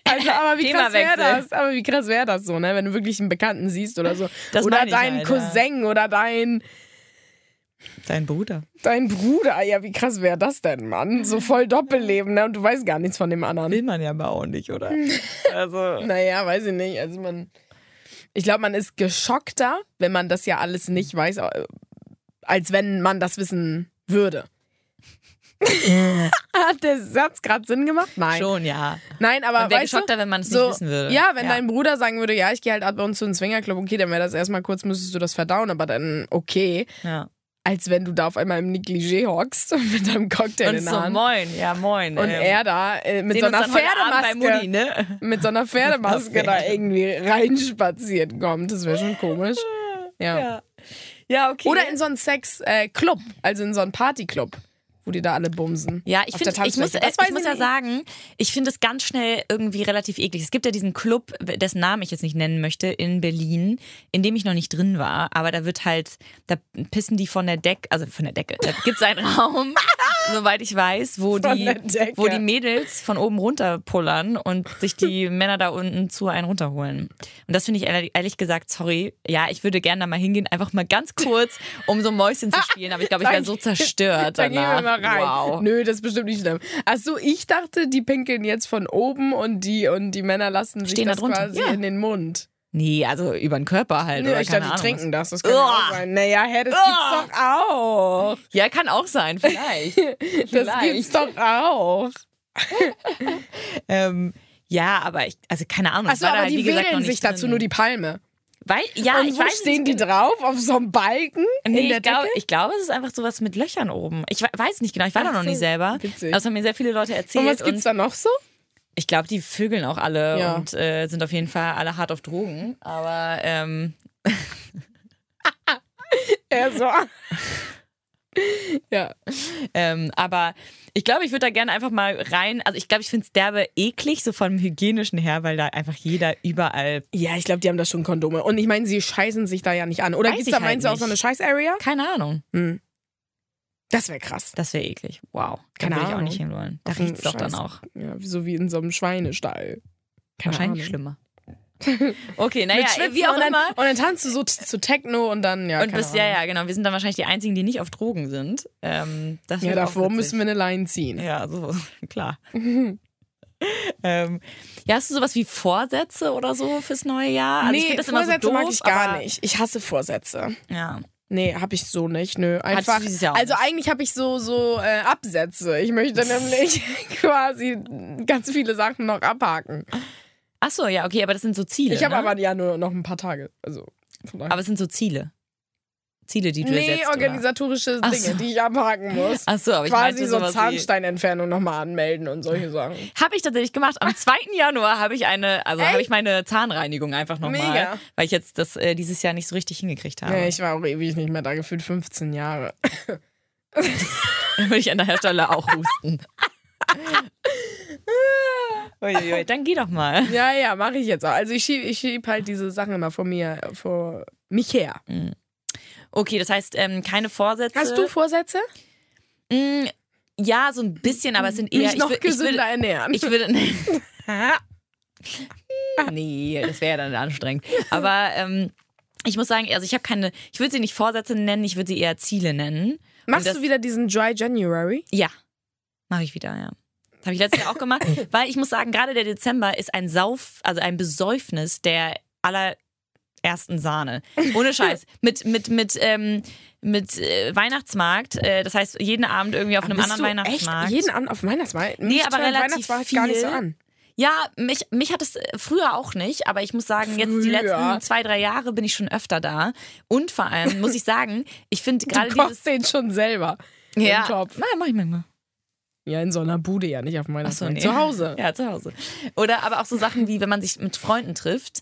C: Also, aber wie krass wäre
B: Themawechsel.
C: das? Aber wie krass wäre das so, ne? Wenn du wirklich einen Bekannten siehst oder so.
B: Das
C: oder
B: meine ich
C: deinen
B: halt, ja.
C: Cousin oder dein,
B: Dein Bruder.
C: dein Bruder. Ja, wie krass wäre das denn, Mann? So voll Doppelleben, ne? Und du weißt gar nichts von dem anderen.
B: Will man ja aber auch nicht, oder? Also,
C: Naja, weiß ich nicht. Also man. Ich glaube, man ist geschockter, wenn man das ja alles nicht weiß, äh, als wenn man das wissen würde. Hat der Satz gerade Sinn gemacht? Nein.
B: schon, ja.
C: Nein, aber
B: Man wäre
C: weißt du,
B: geschockter, wenn man es nicht
C: so,
B: wissen würde.
C: Ja, wenn dein Bruder sagen würde, ja, ich gehe halt ab und zu in den Swingerclub, okay, dann wäre das erstmal kurz, müsstest du das verdauen, aber dann okay.
B: Ja.
C: Als wenn du da auf einmal im Negligé hockst mit deinem Cocktail
B: Und
C: in
B: so,
C: der Hand.
B: moin, ja, moin.
C: und
B: ähm,
C: er da äh, mit
B: sehen
C: so
B: uns
C: einer
B: dann heute Abend
C: Pferdemaske
B: Bei Mutti, ne?
C: mit so einer Pferdemaske
B: Pferde.
C: da irgendwie reinspaziert kommt. Das wäre schon komisch. Ja.
B: Ja. ja, okay.
C: Oder in so einen Sex-Club, also in so einen Partyclub, wo die da alle bumsen.
B: Ja, ich
C: Auf der
B: finde, ich muss,
C: Tanzfläche.
B: äh,
C: Das weiß
B: ich muss
C: ich
B: ja
C: nicht.
B: sagen, ich finde es ganz schnell irgendwie relativ eklig. Es gibt ja diesen Club, dessen Namen ich jetzt nicht nennen möchte, in Berlin, in dem ich noch nicht drin war, aber da wird halt, da pissen die von der Decke, also von der Decke, da gibt es einen Raum, soweit ich weiß, wo
C: Von
B: die,
C: der Decke.
B: wo die Mädels von oben runter pullern und sich die Männer da unten zu einen runterholen. Und das finde ich ehrlich ehrlich gesagt, sorry, ja, ich würde gerne da mal hingehen, einfach mal ganz kurz, um so ein Mäuschen zu spielen, aber ich glaube, ich wäre so zerstört
C: Da gehen
B: danach.
C: wir mal rein.
B: Wow.
C: Nö, das ist bestimmt nicht schlimm. Achso, ich dachte, die pinkeln jetzt von oben und die, und die Männer lassen sich
B: Stehen da
C: das
B: drunter.
C: quasi
B: Ja.
C: in den Mund.
B: Nee, also über den Körper halt.
C: Nö,
B: oder
C: ich
B: keine
C: dachte, die
B: Ahnung.
C: trinken das. Das kann ja
B: Uah.
C: auch sein. Naja, hä, das gibt's doch auch.
B: was. Ja, kann auch sein, vielleicht.
C: Das
B: Vielleicht.
C: gibt's doch auch.
B: ähm, ja, aber ich, also keine Ahnung. ich
C: Achso,
B: war da
C: aber
B: halt, wie
C: die
B: gesagt, noch
C: wählen
B: nicht
C: sich dazu
B: drin.
C: nur die Palme.
B: Weil, ja,
C: und
B: Ah, ich
C: wo
B: weiß
C: stehen
B: nicht, äh,
C: die drauf? Auf so einem Balken?
B: Nee,
C: in der
B: ich, glaube,
C: Decke?
B: ich glaube, es ist einfach sowas mit Löchern oben. Ich we- weiß nicht genau, ich war da
C: Ach
B: noch
C: so,
B: nicht selber.
C: witzig.
B: Aber es haben mir sehr viele Leute erzählt.
C: Und was gibt's da noch so?
B: ich glaube, die vögeln auch alle
C: Ja.
B: und äh, sind auf jeden Fall alle hart auf Drogen. Aber ähm,
C: Ja, so. ja.
B: Ähm, aber ich glaube, ich würde da gerne einfach mal rein. Also ich glaube, ich finde es derbe eklig, so vom hygienischen her, weil da einfach jeder überall.
C: ja, ich glaube, die haben da schon Kondome. Und ich meine, sie scheißen sich da ja nicht an. Oder
B: Weiß
C: gibt's
B: ich
C: da,
B: halt
C: meinst du, auch so eine
B: nicht.
C: Scheiß-Area?
B: Keine Ahnung.
C: Hm. Das wäre krass.
B: Das wäre eklig. Wow. Da
C: Keine
B: würde ich auch
C: Ahnung.
B: nicht hinwollen. Da
C: Auf den
B: riecht es doch dann
C: Scheiß.
B: auch.
C: Ja, so wie in so einem Schweinestall.
B: Ah
C: Keine
B: Wahrscheinlich
C: Ahnung.
B: schlimmer. Okay, naja,
C: Mit Schwitzen
B: wie auch
C: und dann,
B: immer.
C: Und dann tanzt du so t- zu Techno und dann, ja.
B: Und
C: keine
B: bis, ja,
C: Ahnung.
B: ja, genau. Wir sind dann wahrscheinlich die Einzigen, die nicht auf Drogen sind. Ähm, das
C: Ja, davor müssen wir eine Line ziehen.
B: Ja, so, klar. ähm, ja, hast du sowas wie Vorsätze oder so fürs neue Jahr? Also ich
C: nee,
B: find das immer so
C: Vorsätze mag
B: doof,
C: ich gar
B: aber-
C: nicht. Ich hasse Vorsätze.
B: Ja,
C: Nee, habe ich so nicht. Nö,
B: Hattest du
C: einfach.
B: dieses Jahr auch
C: also
B: nicht?
C: eigentlich habe ich so so äh, Absätze. Ich möchte nämlich quasi ganz viele Sachen noch abhaken.
B: Ach so, ja, okay, aber das sind so Ziele.
C: Ich habe
B: ne?
C: aber ja nur noch ein paar Tage. Also von daher.
B: aber es sind so Ziele. Ziele, die du
C: Nee,
B: setzt. oder?
C: organisatorische
B: Ach
C: Dinge,
B: so.
C: die ich abhaken muss.
B: Ach so, aber ich
C: Quasi
B: meinte
C: so
B: sowas wie-
C: Zahnsteinentfernung nochmal anmelden und solche Sachen.
B: Habe ich tatsächlich gemacht. Am 2. Januar habe ich eine, also habe ich meine Zahnreinigung einfach nochmal,
C: Mega.
B: weil ich jetzt das äh, dieses Jahr nicht so richtig hingekriegt habe.
C: Nee, ich war auch ewig nicht mehr da, gefühlt 15 Jahre.
B: Dann würde ich an der Stelle auch husten. Uiuiui, dann geh doch mal.
C: Ja, ja, mache ich jetzt auch. Also ich schieb, ich schieb halt diese Sachen immer vor mir, vor mich her.
B: Okay, das heißt, ähm, keine Vorsätze.
C: Hast du Vorsätze?
B: Mm, ja, so ein bisschen, aber es sind eher.
C: Mich noch
B: wür-
C: gesünder ernähren.
B: Ich würde. Ich würde nee, das wäre ja dann anstrengend. Aber ähm, ich muss sagen, also ich habe keine. Ich würde sie nicht Vorsätze nennen, ich würde sie eher Ziele nennen. Und
C: Machst
B: das-
C: du wieder diesen Dry January?
B: Ja, mache ich wieder, ja. Das habe ich letztes Jahr auch gemacht, weil ich muss sagen, gerade der Dezember ist ein Sauf, also ein Besäufnis der allerersten Sahne. Ohne Scheiß. Mit, mit, mit, ähm, mit äh, Weihnachtsmarkt. Äh, das heißt, jeden Abend irgendwie auf einem
C: Bist
B: anderen
C: du
B: Weihnachtsmarkt.
C: Echt? Jeden Abend auf dem Weihnachtsmarkt?
B: Nee, aber
C: treibt
B: relativ
C: Weihnachtsmarkt gar nicht so
B: viel.
C: an.
B: Ja, mich, mich hat es äh, früher auch nicht, aber ich muss sagen, jetzt die
C: Früher?
B: letzten zwei, drei Jahre bin ich schon öfter da. Und vor allem muss ich sagen, ich finde gerade
C: Du
B: dieses.
C: kochst den schon selber.
B: Ja,
C: Im Topf.
B: Nein, mach ich manchmal.
C: Ja, in so einer Bude ja, nicht auf dem
B: Ach so,
C: Weihnachtsmarkt.
B: nee.
C: Zu Hause.
B: Ja, zu Hause. Oder aber auch so Sachen wie, wenn man sich mit Freunden trifft,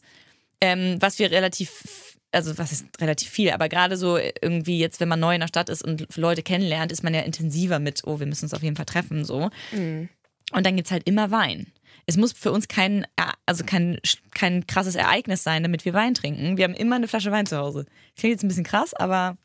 B: ähm, was wir relativ, also was ist relativ viel, aber gerade so irgendwie jetzt, wenn man neu in der Stadt ist und Leute kennenlernt, ist man ja intensiver mit, oh, wir müssen uns auf jeden Fall treffen, so.
C: Mhm.
B: Und dann gibt es halt immer Wein. Es muss für uns kein, also kein, kein krasses Ereignis sein, damit wir Wein trinken. Wir haben immer eine Flasche Wein zu Hause. Klingt jetzt ein bisschen krass, aber,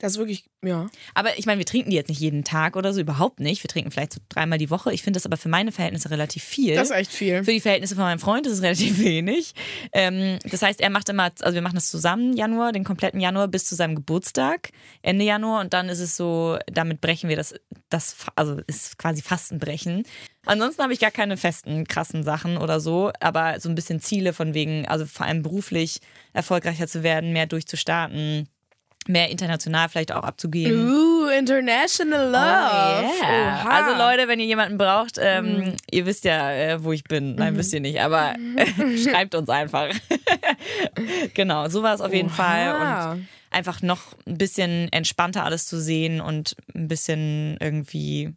C: Das ist wirklich, ja.
B: aber ich meine, wir trinken die jetzt nicht jeden Tag oder so, überhaupt nicht. Wir trinken vielleicht so dreimal die Woche. Ich finde das aber für meine Verhältnisse relativ viel.
C: Das ist echt viel.
B: Für die Verhältnisse von meinem Freund ist es relativ wenig. Ähm, das heißt, er macht immer, also wir machen das zusammen Januar, den kompletten Januar bis zu seinem Geburtstag, Ende Januar und dann ist es so, damit brechen wir das, das Fa- also ist quasi Fastenbrechen. Ansonsten habe ich gar keine festen, krassen Sachen oder so, aber so ein bisschen Ziele von wegen, also vor allem beruflich erfolgreicher zu werden, mehr durchzustarten, mehr international vielleicht auch
C: Mhm.
B: abzugehen.
C: Ooh, international love.
B: Oh, yeah.
C: Oha. Mhm.
B: Also Leute, wenn ihr jemanden braucht, ähm, ihr wisst ja, äh, wo ich bin. Nein, wisst ihr nicht, aber schreibt uns einfach. genau, so war es auf jeden
C: Oha.
B: Fall. Und einfach noch ein bisschen entspannter alles zu sehen und ein bisschen irgendwie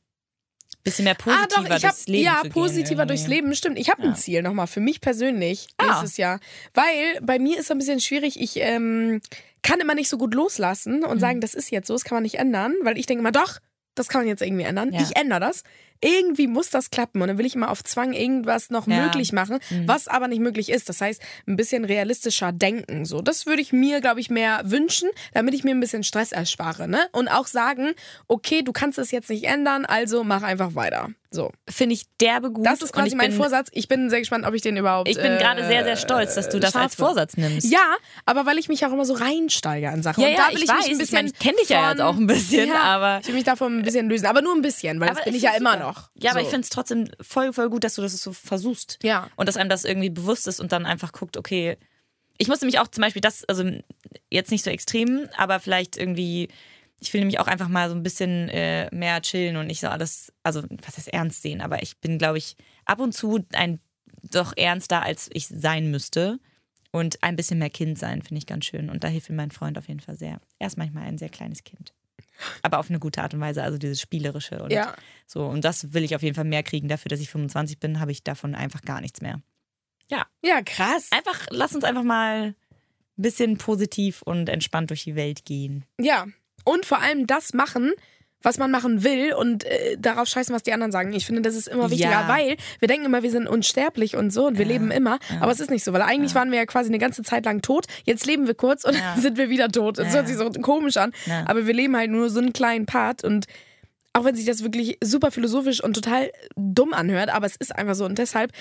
B: bisschen mehr positiver
C: Ah, doch, ich hab,
B: durchs Leben
C: ja,
B: zu gehen
C: positiver
B: irgendwie.
C: durchs Leben, stimmt. Ich habe ein Ziel nochmal für mich persönlich
B: Ah.
C: nächstes Jahr. Weil bei mir ist es ein bisschen schwierig, ich ähm, kann immer nicht so gut loslassen
B: Hm.
C: und sagen, das ist jetzt so, das kann man nicht ändern, weil ich denke immer, doch, das kann man jetzt irgendwie ändern.
B: Ja.
C: Ich ändere das. Irgendwie muss das klappen und dann will ich immer auf Zwang irgendwas noch
B: Ja. Mhm.
C: möglich machen, was aber nicht möglich ist. Das heißt, ein bisschen realistischer denken. So, das würde ich mir, glaube ich, mehr wünschen, damit ich mir ein bisschen Stress erspare. Ne? Und auch sagen, okay, du kannst es jetzt nicht ändern, also mach einfach weiter. So.
B: Finde ich derbe gut.
C: Das ist
B: und
C: quasi
B: ich
C: mein
B: bin,
C: Vorsatz. Ich bin sehr gespannt, ob ich den überhaupt.
B: Ich bin gerade
C: äh,
B: sehr, sehr stolz, dass du das als
C: schaffe.
B: Vorsatz nimmst.
C: Ja, aber weil ich mich auch immer so reinsteige an Sachen.
B: Ja,
C: Und
B: ja,
C: da will
B: ich
C: ich,
B: weiß.
C: mich ein
B: Ich
C: bisschen.
B: meine, ich kenn dich ja
C: von-
B: jetzt auch ein bisschen, aber-
C: Ich will mich davon ein bisschen lösen. Aber nur ein bisschen, weil das bin ich ja
B: find's
C: immer
B: super.
C: noch.
B: Ja, aber
C: So.
B: ich finde es trotzdem voll, voll gut, dass du das so versuchst.
C: Ja.
B: Und dass einem das irgendwie bewusst ist und dann einfach guckt, okay. Ich musste mich auch zum Beispiel das, also jetzt nicht so extrem, aber vielleicht irgendwie, ich will nämlich auch einfach mal so ein bisschen äh, mehr chillen und nicht so alles, also was heißt ernst sehen, aber ich bin, glaube ich, ab und zu ein doch ernster, als ich sein müsste. Und ein bisschen mehr Kind sein, finde ich ganz schön. Und da hilft mir mein Freund auf jeden Fall sehr. Er ist manchmal ein sehr kleines Kind. Aber auf eine gute Art und Weise, also dieses Spielerische und
C: Ja.
B: so, und das will ich auf jeden Fall mehr kriegen. Dafür, dass ich 25 bin, habe ich davon einfach gar nichts mehr.
C: ja, krass.
B: Einfach, lass uns einfach mal ein bisschen positiv und entspannt durch die Welt gehen.
C: Ja. Und vor allem das machen, was man machen will und äh, darauf scheißen, was die anderen sagen. Ich finde, das ist immer wichtiger,
B: Ja.
C: weil wir denken immer, wir sind unsterblich und so und wir leben immer. Aber es ist nicht so, weil eigentlich waren wir ja quasi eine ganze Zeit lang tot. Jetzt leben wir kurz und dann sind wir wieder tot. Das
B: Ja.
C: hört sich so komisch an.
B: Ja.
C: Aber wir leben halt nur so einen kleinen Part und auch wenn sich das wirklich super philosophisch und total dumm anhört, aber es ist einfach so. Und deshalb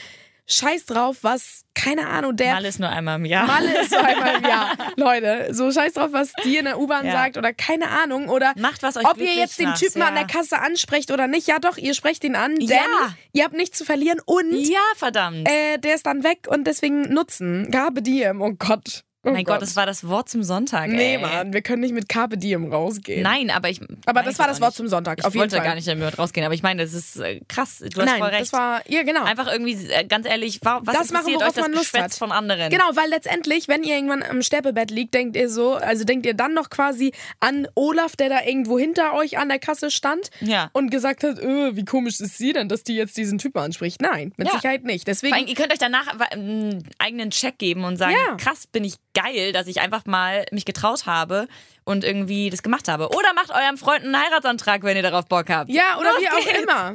C: scheiß drauf, was, keine Ahnung, der
B: Alles nur einmal im Jahr.
C: Malle ist so einmal im Jahr. Leute, so scheiß drauf, was die in der U-Bahn
B: Ja.
C: sagt oder keine Ahnung. Oder
B: Macht, was euch
C: ob ihr
B: glücklich
C: jetzt den
B: macht,
C: Typen
B: ja.
C: an der Kasse ansprecht oder nicht. Ja doch, ihr sprecht ihn an, denn
B: Ja.
C: ihr habt nichts zu verlieren und
B: Ja, verdammt.
C: äh, der ist dann weg und deswegen nutzen. Gabe dir. Oh Gott.
B: mein Gott. das war das Wort zum Sonntag.
C: Nee,
B: ey.
C: Mann, wir können nicht mit Carpe Diem rausgehen.
B: Nein, aber ich.
C: Aber
B: weiß
C: das war
B: auch
C: das Wort
B: nicht.
C: zum Sonntag.
B: Ich
C: auf jeden
B: wollte
C: Fall.
B: gar nicht damit rausgehen, aber ich meine, das ist äh, krass. Du hast
C: Nein,
B: voll recht.
C: das war, ja genau.
B: Einfach irgendwie, äh, ganz ehrlich, wa- was
C: Das machen,
B: interessiert
C: worauf
B: euch das
C: man Lust
B: Geschwätz
C: hat.
B: von anderen?
C: Genau, weil letztendlich, wenn ihr irgendwann im Sterbebett liegt, denkt ihr so, also denkt ihr dann noch quasi an Olaf, der da irgendwo hinter euch an der Kasse stand
B: Ja.
C: und gesagt hat, äh, wie komisch ist sie denn, dass die jetzt diesen Typen anspricht. Nein, mit
B: Ja.
C: Sicherheit nicht.
B: Vor
C: Deswegen,
B: allem, ihr könnt euch danach wa- ähm, einen eigenen Check geben und sagen,
C: Ja.
B: krass, bin ich geil, dass ich einfach mal mich getraut habe und irgendwie das gemacht habe. Oder macht eurem Freund einen Heiratsantrag, wenn ihr darauf Bock habt.
C: ja, oder wie auch immer.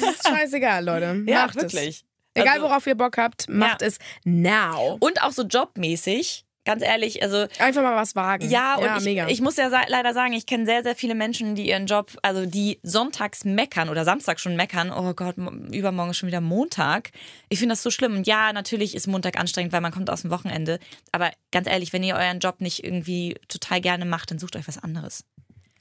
C: ist scheißegal, Leute.
B: Ja,
C: macht
B: wirklich.
C: es. Egal,
B: Also-
C: worauf ihr Bock habt, macht es now.
B: Und auch so jobmäßig, ganz ehrlich, also
C: Einfach mal was wagen.
B: Ja, und
C: ja
B: ich,
C: mega.
B: ich muss ja sa- leider sagen, ich kenne sehr, sehr viele Menschen, die ihren Job, also die sonntags meckern oder samstags schon meckern, oh Gott, m- übermorgen ist schon wieder Montag. Ich finde das so schlimm. Und ja, natürlich ist Montag anstrengend, weil man kommt aus dem Wochenende. Aber ganz ehrlich, wenn ihr euren Job nicht irgendwie total gerne macht, dann sucht euch was anderes.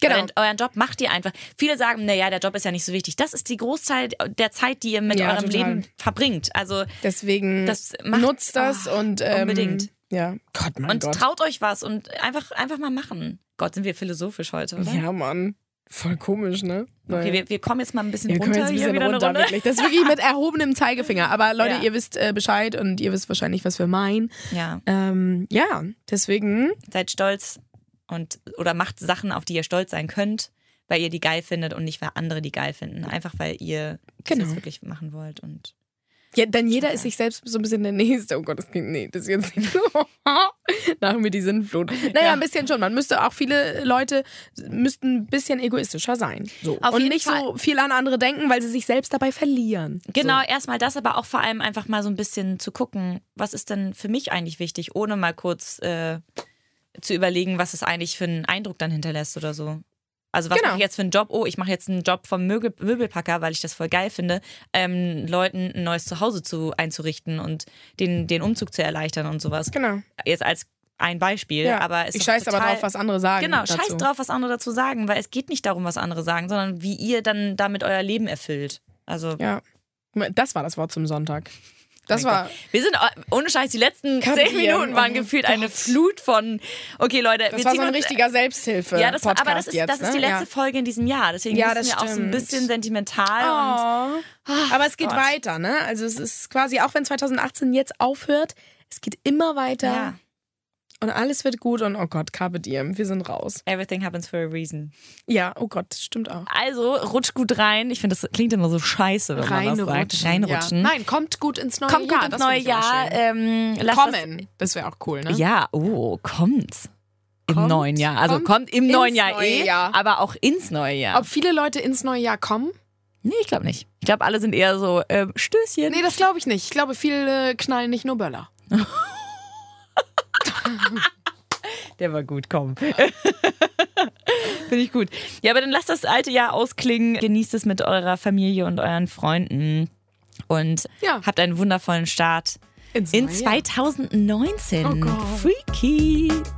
C: Genau.
B: Euren, euren Job macht ihr einfach. Viele sagen, naja, der Job ist ja nicht so wichtig. Das ist die Großteil der Zeit, die ihr mit
C: Ja,
B: eurem
C: total.
B: Leben verbringt. Also
C: Deswegen
B: Das macht-
C: nutzt das
B: Ah,
C: und ähm,
B: unbedingt.
C: Ja. Gott, mein
B: und
C: Gott.
B: traut euch was und einfach, einfach mal machen. Gott, sind wir philosophisch heute, oder?
C: Ja, Mann. Voll komisch, ne?
B: Okay,
C: Weil-
B: wir, wir kommen jetzt mal ein bisschen
C: Wir können
B: runter.
C: jetzt ein
B: hier
C: bisschen
B: wieder
C: runter,
B: eine Runde.
C: wirklich. Das ist wirklich mit erhobenem Zeigefinger. Aber Leute,
B: Ja.
C: ihr wisst äh, Bescheid und ihr wisst wahrscheinlich, was wir meinen.
B: Ja,
C: Ähm, ja, deswegen,
B: seid stolz und oder macht Sachen, auf die ihr stolz sein könnt, weil ihr die geil findet und nicht weil andere die geil finden. Einfach weil ihr
C: Genau.
B: das wirklich machen wollt und
C: ja, denn jeder ist sich selbst so ein bisschen der Nächste. Oh Gott, das klingt, nee, das ist jetzt nicht so. Nach mir die Sinnflut. Naja,
B: Ja.
C: ein bisschen schon. Man müsste auch, viele Leute müssten ein bisschen egoistischer sein. So.
B: Auf
C: und
B: jeden
C: nicht so
B: Fall.
C: viel an andere denken, weil sie sich selbst dabei verlieren.
B: Genau, erstmal das, aber auch vor allem einfach mal so ein bisschen zu gucken, was ist denn für mich eigentlich wichtig, ohne mal kurz äh, zu überlegen, was es eigentlich für einen Eindruck dann hinterlässt oder so. Also was
C: Genau.
B: mache ich jetzt für einen Job? Oh, ich mache jetzt einen Job vom Möbel Möbelpacker, weil ich das voll geil finde, ähm, Leuten ein neues Zuhause zu einzurichten und den, den Umzug zu erleichtern und sowas.
C: Genau.
B: Jetzt als ein Beispiel,
C: Ja.
B: aber es
C: ich
B: ist
C: scheiß aber
B: total-
C: drauf, was andere sagen.
B: Genau,
C: dazu.
B: scheiß drauf, was andere dazu sagen, weil es geht nicht darum, was andere sagen, sondern wie ihr dann damit euer Leben erfüllt. Also
C: Ja. Das war das Wort zum Sonntag. Das
B: Oh Mein
C: war.
B: Gott. Wir sind oh- ohne Scheiß, die letzten
C: Kapieren.
B: zehn Minuten waren
C: Oh
B: gefühlt eine Flut von. Okay, Leute,
C: Das war so ein
B: uns-
C: richtiger Selbsthilfe.
B: Ja, das war,
C: Podcast
B: aber das ist,
C: jetzt,
B: das ist
C: ne?
B: die letzte
C: ja.
B: Folge in diesem Jahr. Deswegen
C: Ja,
B: sind wir
C: das
B: auch so ein
C: stimmt.
B: bisschen sentimental. Und
C: Oh. Aber es geht
B: Gott.
C: weiter, ne? Also es ist quasi, auch wenn 2018 jetzt aufhört, es geht immer weiter
B: ja,
C: und alles wird gut und oh Gott, Carpe Diem, wir sind raus.
B: everything happens for a reason.
C: Ja, oh Gott, stimmt auch.
B: Also, rutsch gut rein. Ich finde, das klingt immer so scheiße, wenn man das sagt. Reinrutschen.
C: Ja. Nein, kommt gut ins neue
B: Kommt
C: Jahr.
B: gut ins
C: das
B: neue
C: find ich immer
B: Jahr.
C: schön.
B: Ähm, lasst
C: Kommen, das wäre auch cool, ne?
B: Das, ja, oh, kommt. Im
C: Kommt,
B: neuen Jahr. Also
C: kommt
B: kommt, im
C: ins
B: neuen Jahr
C: neue
B: eh,
C: Jahr.
B: aber auch ins neue Jahr.
C: Ob viele Leute ins neue Jahr kommen?
B: Nee, ich glaube nicht. Ich glaube, alle sind eher so ähm, Stößchen.
C: Nee, das glaube ich nicht. Ich glaube, viele knallen nicht nur Böller.
B: Der war gut, komm. Finde ich gut. Ja, aber dann lasst das alte Jahr ausklingen. Genießt es mit eurer Familie und euren Freunden. Und
C: Ja.
B: habt einen wundervollen Start
C: Ins
B: in
C: neue Jahr.
B: 2019.
C: Oh Gott.
B: Freaky.